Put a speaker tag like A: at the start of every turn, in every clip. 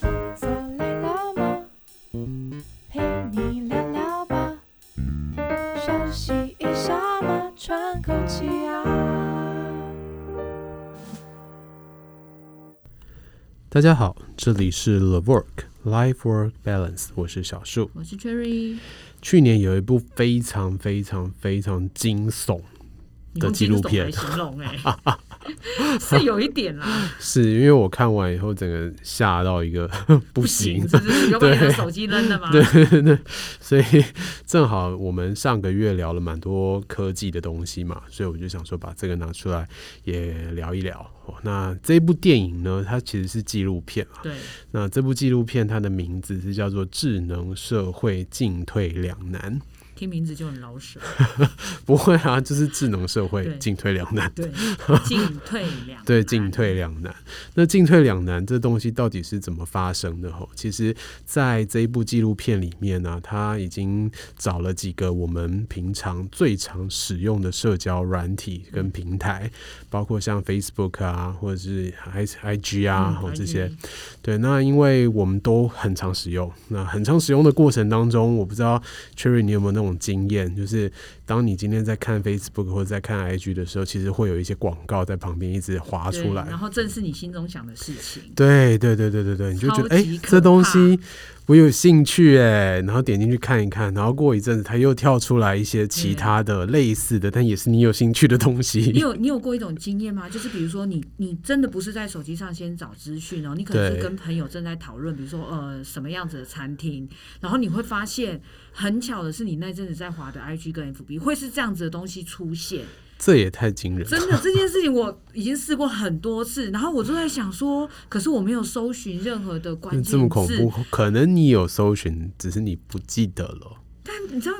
A: 坐累了吗？陪你聊聊吧，休息一下嘛，喘口气啊。
B: 大家好，这里是 The Work Life Work Balance，我是小树。
C: 我是 Cherry
B: 去年有一部非常非常非常惊悚，
C: 你
B: 的
C: 用
B: 纪
C: 惊
B: 录
C: 悚
B: 片
C: 来形容哎、 是有一点啦，
B: 是因为我看完以后整个吓到一个 不行，
C: 是不是？有把你的
B: 对
C: 手机扔了吗？
B: 对对 对，所以正好我们上个月聊了蛮多科技的东西嘛，所以我就想说把这个拿出来也聊一聊。哦那这部电影呢，它其实是纪录片啊。
C: 对
B: 那这部纪录片它的名字是叫做《智能社会进退两难》。
C: 听名字就很老舍，
B: 不会啊，就是智能社会
C: 对
B: 进退两难。
C: 对，进退两难
B: 对，进退两难。那进退两难这东西到底是怎么发生的？吼，其实在这一部纪录片里面呢、他已经找了几个我们平常最常使用的社交软体跟平台，
C: 嗯
B: 包括像 Facebook 啊，或者是 I I G 啊，吼、
C: 嗯
B: 这些
C: IG。
B: 对，那因为我们都很常使用，那很常使用的过程当中，我不知道 Cherry 你有没有那种经验，就是当你今天在看 Facebook 或者在看 IG 的时候，其实会有一些广告在旁边一直滑
C: 对
B: 出来
C: 然。后正是你心中想的事情，
B: 对对对对对对，你就觉得
C: 超
B: 哎、
C: 级可
B: 这东
C: 怕
B: 西我有兴趣哎，然后点进去看一看，然后过一阵子它又跳出来一些其他的类似的，但也是你有兴趣的东
C: 你
B: 西。
C: 有你有过一种经验吗？就是比如说你你真的不是在手机上先找资讯哦，你可能
B: 对
C: 是跟朋友正在讨论，比如说呃什么样子的餐厅，然后你会发现很巧的是，你那阵子在滑的 IG 跟 FB 会是这样子的东西出现。
B: 这也太惊人了。
C: 真的这件事情我已经试过很多次，然后我就在想说，可是我没有搜寻任何的关键字，
B: 这么恐怖，可能你有搜寻，只是你不记得了。
C: 但你知 道，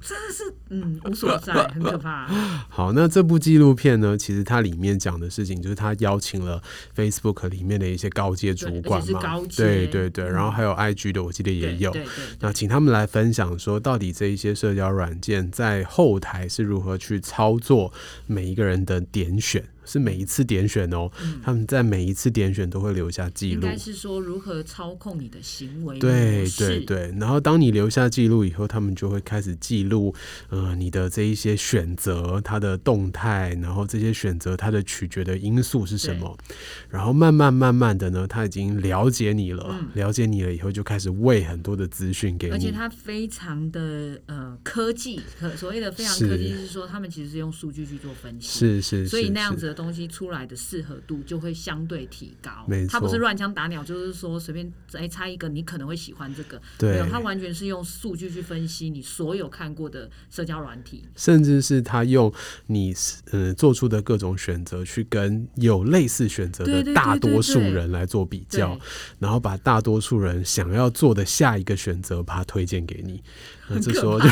C: 真的是嗯无所不在，很可怕。
B: 好，那这部纪录片呢，其实它里面讲的事情就是他邀请了 Facebook 里面的一些高阶主管
C: 对而且是
B: 嘛，
C: 高阶
B: 对对对，
C: 嗯
B: 然后还有 IG 的，我记得也
C: 对
B: 有。
C: 对对
B: 那请他们来分享说，到底这一些社交软件在后台是如何去操作每一个人的点选，是每一次点选哦，他们在每一次点选都会留下记
C: 嗯应
B: 录
C: 该。是说如何操控你的行为
B: 对
C: 模式
B: 对对，然后当你留下记录以后，他们就会开始记录，呃，你的这一些选择，它的动态，然后这些选择它的取决的因素是什么，然后慢慢慢慢的呢，他已经了解你了，
C: 嗯
B: 了解你了以后，就开始喂很多的资讯给你，
C: 而且它非常的呃科技，可所谓的非常
B: 是
C: 科技是说他们其实是用数据去做分析，
B: 是是是，
C: 所以那样
B: 是
C: 子的东西出来的适合度就会相对提高。
B: 没
C: 它不
B: 错
C: 是乱枪打鸟，就是说随便哎猜一个你可能会喜欢这个，没
B: 对
C: 有，，它完全是用数据去分析你所有看过的社交软体。
B: 甚至是他用你呃做出的各种选择去跟有类似选择
C: 对
B: 的
C: 对
B: 大
C: 对对
B: 多数
C: 对
B: 人来做比
C: 对，
B: 较，然后把大多数人想要做的下一个选择，把它推荐给你。那这时候就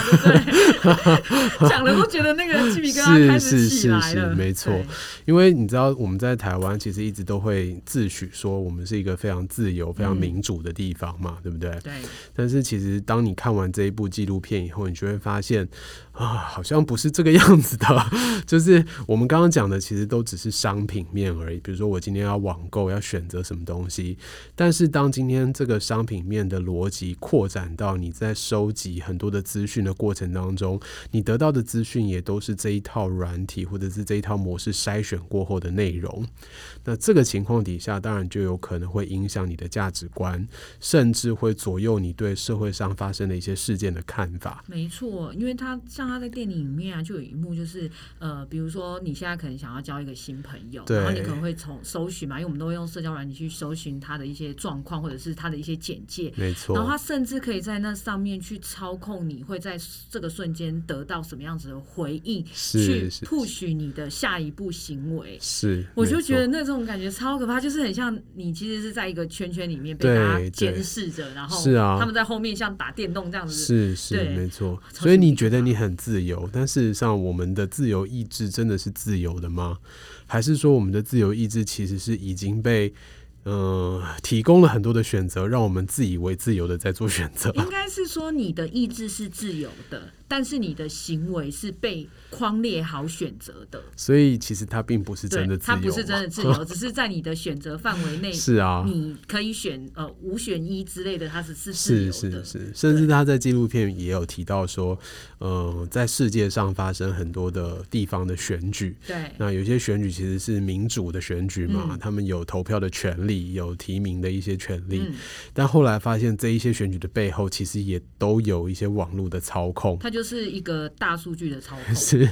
C: 讲了都觉得那个鸡皮疙瘩
B: 是
C: 开
B: 是
C: 始起
B: 是
C: 来
B: 是
C: 了，，
B: 没错
C: 对。
B: 因为你知道我们在台湾其实一直都会自诩说我们是一个非常自由、非常
C: 嗯
B: 民主的地方嘛，对不对？
C: 对，
B: 但是其实当你看完这一部纪录片以后，你就会发现啊，好像不是这个样子的。 就是我们刚刚讲的，其实都只是商品面而已。比如说，我今天要网购，要选择什么东西，但是当今天这个商品面的逻辑扩展到你在收集很多的资讯的过程当中，你得到的资讯也都是这一套软体或者是这一套模式筛选过后的内容。那这个情况底下，当然就有可能会影响你的价值观，甚至会左右你对社会上发生的一些事件的看法。
C: 没错，因为他像他在电影里面啊，就有一幕就是呃，比如说你现在可能想要交一个新朋友，
B: 对
C: 然后你可能会从搜寻嘛，因为我们都会用社交软体去搜寻他的一些状况或者是他的一些简介。
B: 没
C: 然
B: 错
C: 后他，甚至可以在那上面去操控你会在这个瞬间得到什么样子的回应，去
B: 是是
C: push 你的下一步行为。
B: 是，
C: 我就
B: 没错
C: 觉得那种感觉超可怕，就是很像你其实是在一个圈圈里面被
B: 对
C: 大
B: 对
C: 家监视着，然后
B: 是啊
C: 他们在后面像打电动这样子。
B: 是啊是
C: 对
B: 没错。
C: 超
B: 所以
C: 级
B: 你
C: 无敌
B: 觉得
C: 大
B: 你很自由，但事实上我们的自由意志真的是自由的吗？还是说我们的自由意志其实是已经被？嗯、提供了很多的选择，让我们自以为自由的在做选择。
C: 应该是说你的意志是自由的，但是你的行为是被框列好选择的，
B: 所以其实它并不是真的
C: 对，
B: 自由
C: 它
B: 嘛，
C: 不是真的自 由，只是在你的选择范围内，
B: 是啊，
C: 你可以选呃五选一之类的，它是是自由
B: 是
C: 的。
B: 是是，甚至他在纪录片也有提到说，呃，在世界上发生很多的地方的选举，
C: 对
B: 那有些选举其实是民主的选举嘛，
C: 嗯
B: 他们有投票的权利，有提名的一些权利。
C: 嗯
B: 但后来发现，这一些选举的背后，其实也都有一些网络的操控。
C: 它就是一个大数据的操控。
B: 是，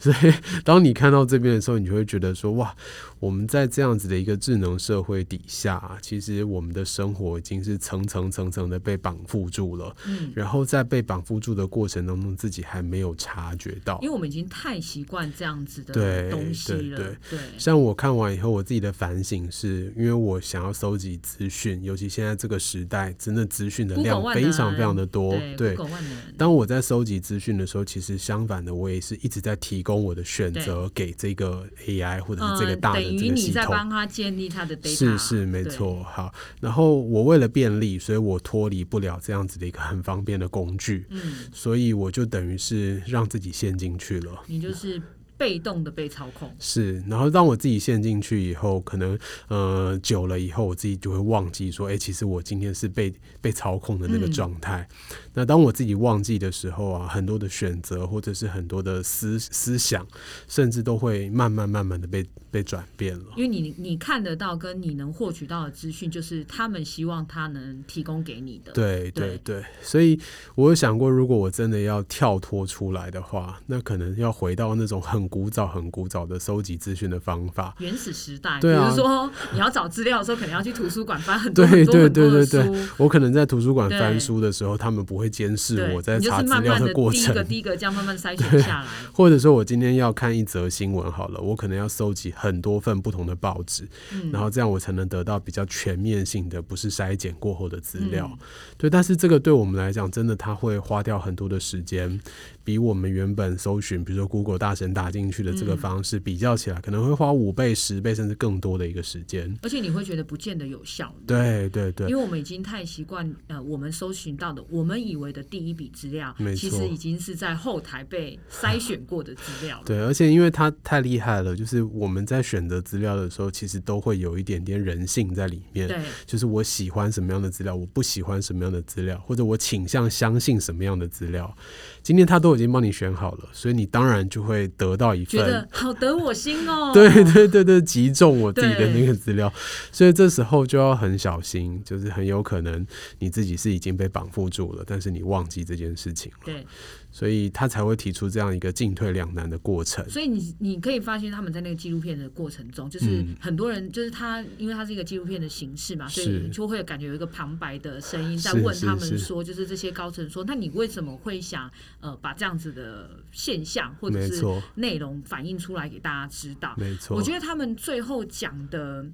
B: 所以当你看到这边的时候，你就会觉得说，哇，我们在这样子的一个智能社会底下，其实我们的生活已经是层层层层的被绑缚住了。
C: 嗯，
B: 然后在被绑缚住的过程当中，自己还没有察觉到
C: 因为。我们已经太习惯这样子
B: 对
C: 的东西
B: 对
C: 了。
B: 对
C: 对
B: 像我看完以后，我自己的反省是，因为我想要搜集资讯，尤其现在这个时代，真的资讯的
C: Google
B: 量
C: 万
B: 非常
C: 能
B: 非常的多。
C: 对，Google 万能。
B: 当我在收集资讯的时候，其实相反的，我也是一直在提供我的选择给这个 AI 或者是这个
C: 嗯
B: 大的
C: 等
B: 这
C: 于
B: 个
C: 你
B: 系
C: 在
B: 统。
C: 帮他建立他的 data，
B: 是是，没
C: 对。
B: 错。好，然后我为了便利，所以我脱离不了这样子的一个很方便的工具，
C: 嗯，
B: 所以我就等于是让自己陷进去了。
C: 你就是被动的被操控。
B: 是，然后当我自己陷进去以后，可能呃久了以后，我自己就会忘记说，哎、其实我今天是被被操控的那个
C: 嗯
B: 状态。那当我自己忘记的时候啊，很多的选择或者是很多的思思想，甚至都会慢慢慢慢的被被转变了。
C: 因为你你看得到跟你能获取到的资讯，就是他们希望他能提供给你的。
B: 对对
C: 对
B: 对，所以我有想过，如果我真的要跳脱出来的话，那可能要回到那种很古早、很古早的收集资讯的方法。
C: 原始时代，
B: 对啊
C: 比如说你要找资料的时候，可能要去图书馆翻很多
B: 对
C: 很多
B: 对
C: 很
B: 对
C: 多
B: 对
C: 的
B: 对
C: 书，，
B: 我可能在图书馆翻
C: 对
B: 书的时候，他们不会监视
C: 对，
B: 我在
C: 你就
B: 查
C: 是
B: 资
C: 慢
B: 料
C: 慢
B: 的
C: 的
B: 过
C: 第一
B: 程，
C: 个第一个这样慢慢筛选下来。
B: 或者说我今天要看一则新闻好了，我可能要搜集很多份不同的报纸，
C: 嗯
B: 然后这样我才能得到比较全面性的，不是筛检过后的
C: 嗯
B: 资料。对，但是这个对我们来讲，真的它会花掉很多的时间，比我们原本搜寻，比如说 Google 大神打进去的这
C: 嗯
B: 个方式、比较起来，可能会花五倍、十倍甚至更多的一个时间。
C: 而且你会觉得不见得有效，
B: 对对对
C: 因为，我们已经太习惯呃，我们搜寻到的，我们以为的第一笔资料
B: 没，
C: 其
B: 错
C: 实已经是在后台被筛选过的资料了。
B: 对，而且因为它太厉害了，就是我们在选择资料的时候，其实都会有一点点人性在里面。
C: 对
B: 就是我喜欢什么样的资料，我不喜欢什么样的资料，或者我倾向相信什么样的资料。今天他都已经帮你选好了，所以你当然就会得到一
C: 觉得
B: 份。
C: 好得我心哦。
B: 对对对对，击中我自己的
C: 对
B: 那个资料，所以这时候就要很小心，就是很有可能你自己是已经被绑缚住了，但是你忘记这件事情了，
C: 对
B: 所以他才会提出这样一个进退两难的过程。
C: 所以你你可以发现他们在那个纪录片的过程中，就是
B: 嗯
C: 很多人就是他，因为他是一个纪录片的形式嘛，所以
B: 是
C: 就会感觉有一个旁白的声音在
B: 是
C: 问
B: 是
C: 他
B: 是
C: 们说，就是这些高层说，那你为什么会想呃把这样子的现象或者
B: 没
C: 是
B: 错，
C: 内容反映出来给大家知道？
B: 没错。
C: 我觉得他们最后讲的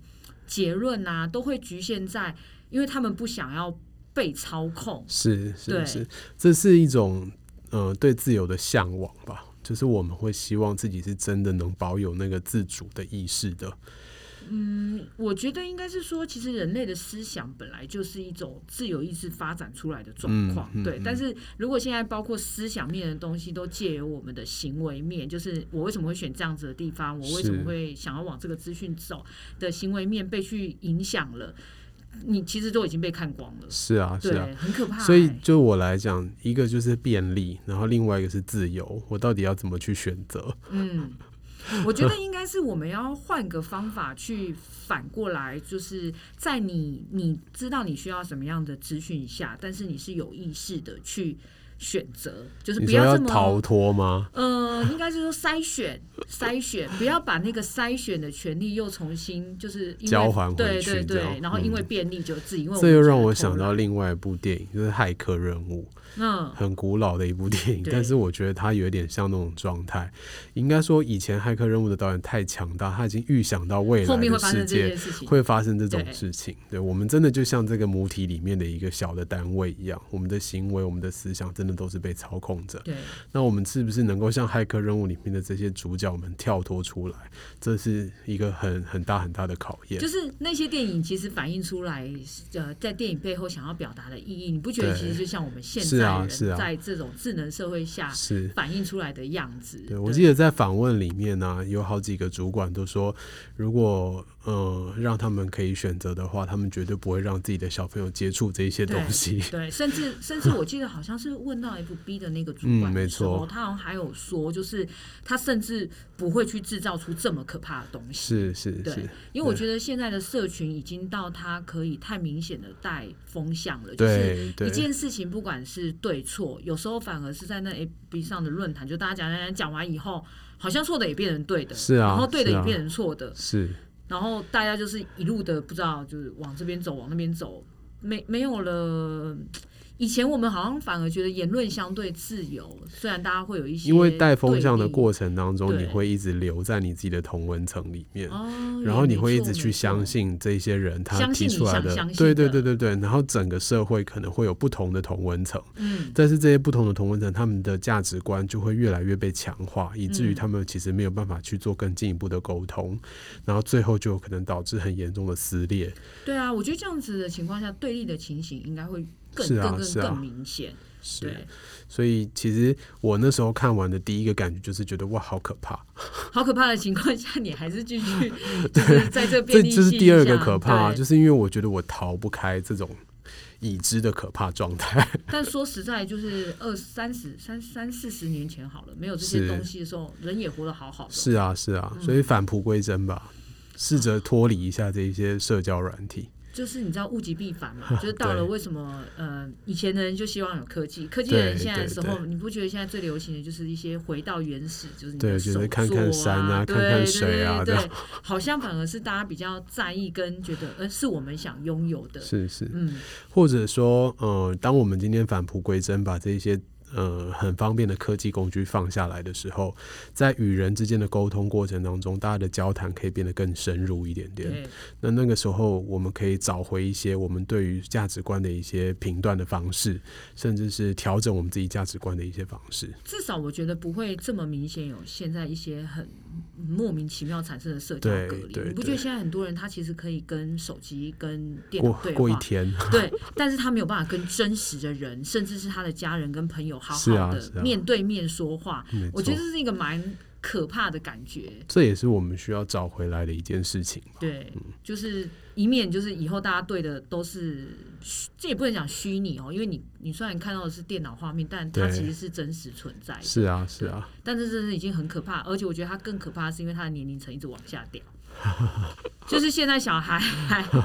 C: 结论啊，都会局限在，因为他们不想要被操控。
B: 是是
C: 对
B: 是，这是一种呃对自由的向往吧，就是我们会希望自己是真的能保有那个自主的意识的。
C: 我觉得应该是说，其实人类的思想本来就是一种自由意志发展出来的状况，
B: 嗯嗯
C: 对
B: 嗯。
C: 但是如果现在包括思想面的东西都借由我们的行为面，就是我为什么会选这样子的地方，我为
B: 是
C: 什么会想要往这个资讯走的行为面被去影响了，你其实都已经被看光了，
B: 是啊，是啊
C: 对，。很可怕欸、
B: 所以就我来讲，一个就是便利，然后另外一个是自由，我到底要怎么去选择？
C: 嗯，我觉得应该是我们要换个方法去反过来，就是在你你知道你需要什么样的资讯下，但是你是有意识的去选择，就是
B: 你
C: 不
B: 说要
C: 这
B: 逃
C: 么。
B: 脱吗？
C: 呃，应该是说筛选，筛选，不要把那个筛选的权利又重新就是因为
B: 交还回
C: 对
B: 去
C: 对
B: 这样
C: 对，然后因为
B: 嗯
C: 便利就自己，因为
B: 这又让
C: 我
B: 我
C: 们觉得
B: 想到另外一部电影，就是《骇客任务》。
C: 嗯，
B: 很古老的一部电影，
C: 对
B: 但是我觉得它有点像那种状态。应该说，以前《骇客任务》的导演太强大，他已经预想到未
C: 嗯后
B: 来
C: 面
B: 的
C: 会发
B: 世
C: 生这
B: 界
C: 件事情，
B: 会发生这种
C: 对
B: 事情。对我们真的就像这个母体里面的一个小的单位一样，我们的行为、我们的思想真的都是被操控着。
C: 对，
B: 那我们是不是能够像《骇客任务》里面的这些主角们跳脱出来？这是一个很很大很大的考验
C: 就。是那些电影其实反映出来，呃，在电影背后想要表达的意义，你不觉得
B: 对
C: 其实就像我们现
B: 是啊
C: 代人
B: 是啊
C: 在这种智能社会下
B: 是。
C: 反映出来的样子。
B: 对，我记得在访问里面呢、有好几个主管都说，如果呃让他们可以选择的话，他们绝对不会让自己的小朋友接触这些东西。
C: 对，甚至甚至我记得好像是问到 FB 的那个主
B: 嗯
C: 管
B: 没
C: 的时候，
B: 错
C: 他好像还有说，就是他甚至不会去制造出这么可怕的东西。
B: 是是
C: 对
B: 是，
C: 因为我
B: 对
C: 觉得现在的社群已经到它可以太明显的带风向了，就是
B: 对
C: 一
B: 对
C: 件事情不管是对错，有时候反而是在那 A B 上的论坛，就大家讲讲讲讲完以后，好像错的也变成对的，
B: 是啊
C: 然后对的
B: 是
C: 也
B: 啊
C: 变成错的，
B: 是，
C: 然后大家就是一路的不知道，就是往这边走，往那边走，没没有了。以前我们好像反而觉得言论相对自由，虽然大家会有一些
B: 因为带风向
C: 对
B: 的
C: 立
B: 过程当中，你
C: 对
B: 会一直留在你自己的同文层里面。
C: 哦，
B: 然后
C: 也
B: 你
C: 没
B: 会一
C: 错
B: 直去
C: 没
B: 相
C: 错
B: 信这些人他
C: 相
B: 提
C: 信你
B: 出来
C: 想
B: 的
C: 相，信
B: 对对
C: 的
B: 对对对，然后整个社会可能会有不同的同文层，
C: 嗯，
B: 但是这些不同的同文层，他们的价值观就会越来越被强化，以至于
C: 嗯
B: 他们其实没有办法去做更进一步的沟通，然后最后就有可能导致很严重的撕裂。
C: 对啊，我觉得这样子的情况下，对立的情形应该会更
B: 是啊
C: 更更
B: 是啊
C: 更明显。
B: 是，
C: 对，
B: 所以其实我那时候看完的第一个感觉就是觉得哇，好可怕，
C: 好可怕的情况下，你还是 继续就是在这
B: 这
C: 便利
B: 就是
C: 器
B: 第二个
C: 下
B: 可怕，啊
C: 对
B: 就是因为我觉得我逃不开这种已知的可怕状 态。
C: 但说实在，就是二三十三三四十年前好了，没有这
B: 是
C: 些东西的时候，人也活得好好的。
B: 是啊，是
C: 嗯
B: 啊，所以返璞归真吧，试着脱离一下这一些社交软体。
C: 就是你知道物极必 反嘛，就是到了
B: 对
C: 为什么呃以前的人就希望有科技，科技的人
B: 对
C: 现在的
B: 对
C: 时候，你不觉得现在最流行的就是一些回到原始，就是你
B: 对
C: 的
B: 就
C: 手
B: 是
C: 作
B: 看看山啊
C: 啊，
B: 看看
C: 对
B: 水啊这
C: 对对
B: 样
C: 对，好像反而是大家比较在意跟觉得呃是我们想拥有的，
B: 是是，
C: 嗯，
B: 或者说，呃，当我们今天返璞归真，把这一些呃很方便的科技工具放下来的时候，在与人之间的沟通过程当中，大家的交谈可以变得更深入一点点。
C: 对，
B: 那那个时候，我们可以找回一些我们对于价值观的一些评断的方式，甚至是调整我们自己价值观的一些方式。
C: 至少我觉得不会这么明显有现在一些很莫名其妙产生的社交
B: 对
C: 隔离
B: 对，
C: 你不
B: 对
C: 觉得现在很多人他其实可以跟手机跟电
B: 过
C: 脑对
B: 过一
C: 话？
B: 天，
C: 对，但是他没有办法跟真实的人，甚至是他的家人跟朋友好
B: 是啊
C: 好
B: 是啊
C: 的面对面说话。
B: 没
C: 我觉
B: 错
C: 得。这是一个蛮可怕的感觉。
B: 这也是我们需要找回来的一件事情。
C: 对，就是以免就是以后大家对的都是虚，这也不能讲虚拟哦，因为你你虽然看到的是电脑画面，但它
B: 对
C: 其实是真实存在的。
B: 是啊，是啊，
C: 但这真的已经很可怕，而且我觉得它更可怕的是因为它的年龄层一直往下掉。 就是现在小孩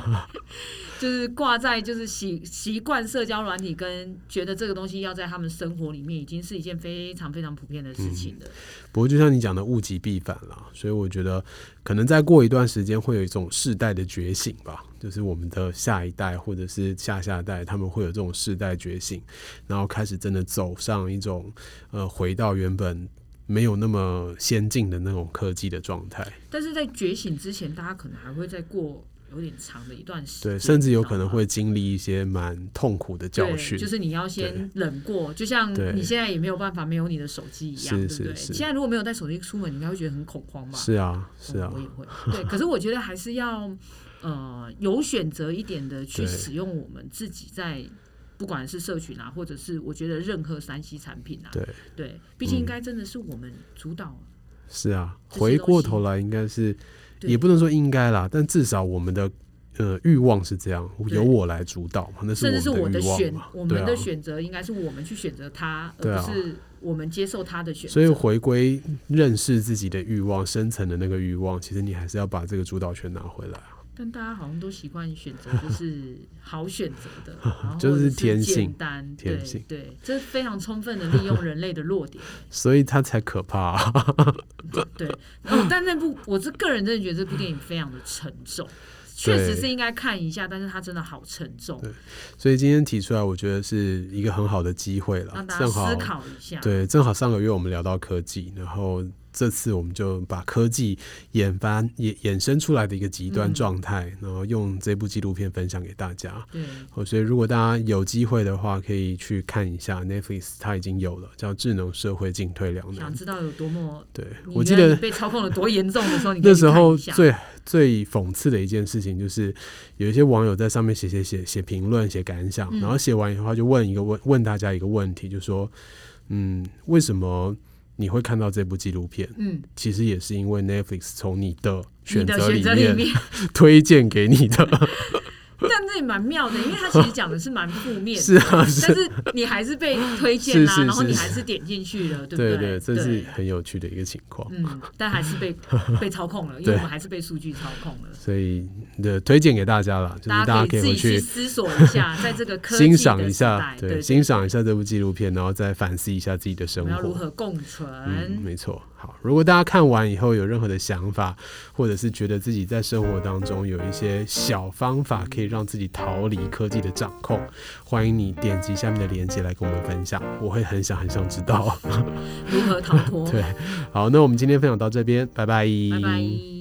C: 就是挂在就是习习惯社交软体，跟觉得这个东西要在他们生活里面，已经是一件非常非常普遍的事情了。
B: 不过就像你讲的，物极必反啦，所以我觉得可能再过一段时间会有一种世代的觉醒吧，就是我们的下一代或者是下下代，他们会有这种世代觉醒，然后开始真的走上一种呃，回到原本没有那么先进的那种科技的状态，
C: 但是在觉醒之前，大家可能还会再过有点长的一段时间，
B: 对，甚至有
C: 你知道
B: 可能
C: 吗
B: 会经历一些蛮痛苦的教
C: 啊对
B: 训，
C: 就是你要先冷过，就像
B: 对
C: 你现在也没有办法没有你的手机一样，
B: 是
C: 对不对？
B: 是是
C: 现在如果没有带手机出门，你应该会觉得很恐慌吧？
B: 是啊，是啊
C: 嗯我，我也会。对，可是我觉得还是要呃有选择一点的去
B: 对
C: 使用我们自己在。不管是社群啊，或者是我觉得任何三 C 产品啊，
B: 对。嗯
C: 对，毕竟应该真的是我们主导，
B: 是啊，
C: 这些
B: 回过
C: 东西
B: 头来应该是，
C: 对
B: 也不能说应该啦，但至少我们的呃欲望是这样，
C: 对
B: 由我来主导嘛，那
C: 甚至是
B: 我
C: 我
B: 们
C: 的
B: 欲望
C: 选
B: 嘛，，
C: 我
B: 对
C: 们
B: 啊
C: 的。选择应该是我们去选择它，
B: 对
C: 而
B: 啊
C: 不是我们接受它的选择。
B: 所以回归认识自己的欲望，深层的那个欲望，其实你还是要把这个主导权拿回来啊。
C: 但大家好像都习惯选择就是好选择 的，然后
B: 就
C: 或者
B: 是
C: 是
B: 天性
C: 简单，
B: 天
C: 对
B: 性
C: 对，这非常充分的利用人类的弱点。
B: 所以它才可怕、啊。
C: 对，哦，但那部我是个人真的觉得这部电影非常的沉重，确实是应该看一下，但是它真的好沉重
B: 对，所以今天提出来，我觉得是一个很好的机会了
C: 让，大家
B: 正好
C: 思考一下。
B: 对，正好上个月我们聊到科技，然后这次我们就把科技研发衍衍生出来的一个极端状态，然后用这部纪录片分享给大家。
C: 对，
B: 哦，所以如果大家有机会的话，可以去看一下 Netflix，它已经有了叫《智能社会进退两难
C: 想》。知道有多么，
B: 对，
C: 你
B: 我记
C: 原来
B: 得
C: 你被操控的多严重的时候，你可以
B: 那
C: 去
B: 时
C: 看
B: 候
C: 一下
B: 最最讽刺的一件事情就是，有一些网友在上面写写写写评论、写感想，
C: 嗯
B: 然后写完以后他就问一个问问大家一个问题，就说，嗯，为什么你会看到这部纪录片？
C: 嗯，
B: 其实也是因为 Netflix 从你的
C: 你
B: 选
C: 的
B: 择
C: 选
B: 里
C: 择里
B: 面
C: 面，
B: 推荐给你 的，
C: 但这也蛮妙的，因为它其实讲的是蛮负面的，
B: 是啊，是
C: 但。是你还 是被推荐啦、
B: 是是
C: 然后你
B: 是
C: 还是点进去了，对不
B: 对
C: 对，
B: 这是很有趣的一个情况，
C: 嗯，但还 是被被操控了，因为
B: 对
C: 我们还是被数据操控了。
B: 所以呃推荐给大家啦，就是大
C: 大家
B: 家
C: 可
B: 可
C: 以
B: 以回
C: 自己去
B: 去
C: 思索一下，在这个科技
B: 欣
C: 的
B: 赏一
C: 时
B: 下
C: 代，，
B: 对，
C: 对，
B: 欣赏一下这部纪录片，然后再反思一下自己的
C: 我
B: 生
C: 们要如
B: 活。
C: 何共存？
B: 嗯，没错。好，如果大家看完以后有任何的想法，或者是觉得自己在生活当中有一些小方法可以让自己逃离科技的掌控，欢迎你点击下面的链接来跟我们分享，我会很想很想知道。
C: 如何逃脱？
B: 对，好，那我们今天分享到这边，拜拜
C: 拜拜。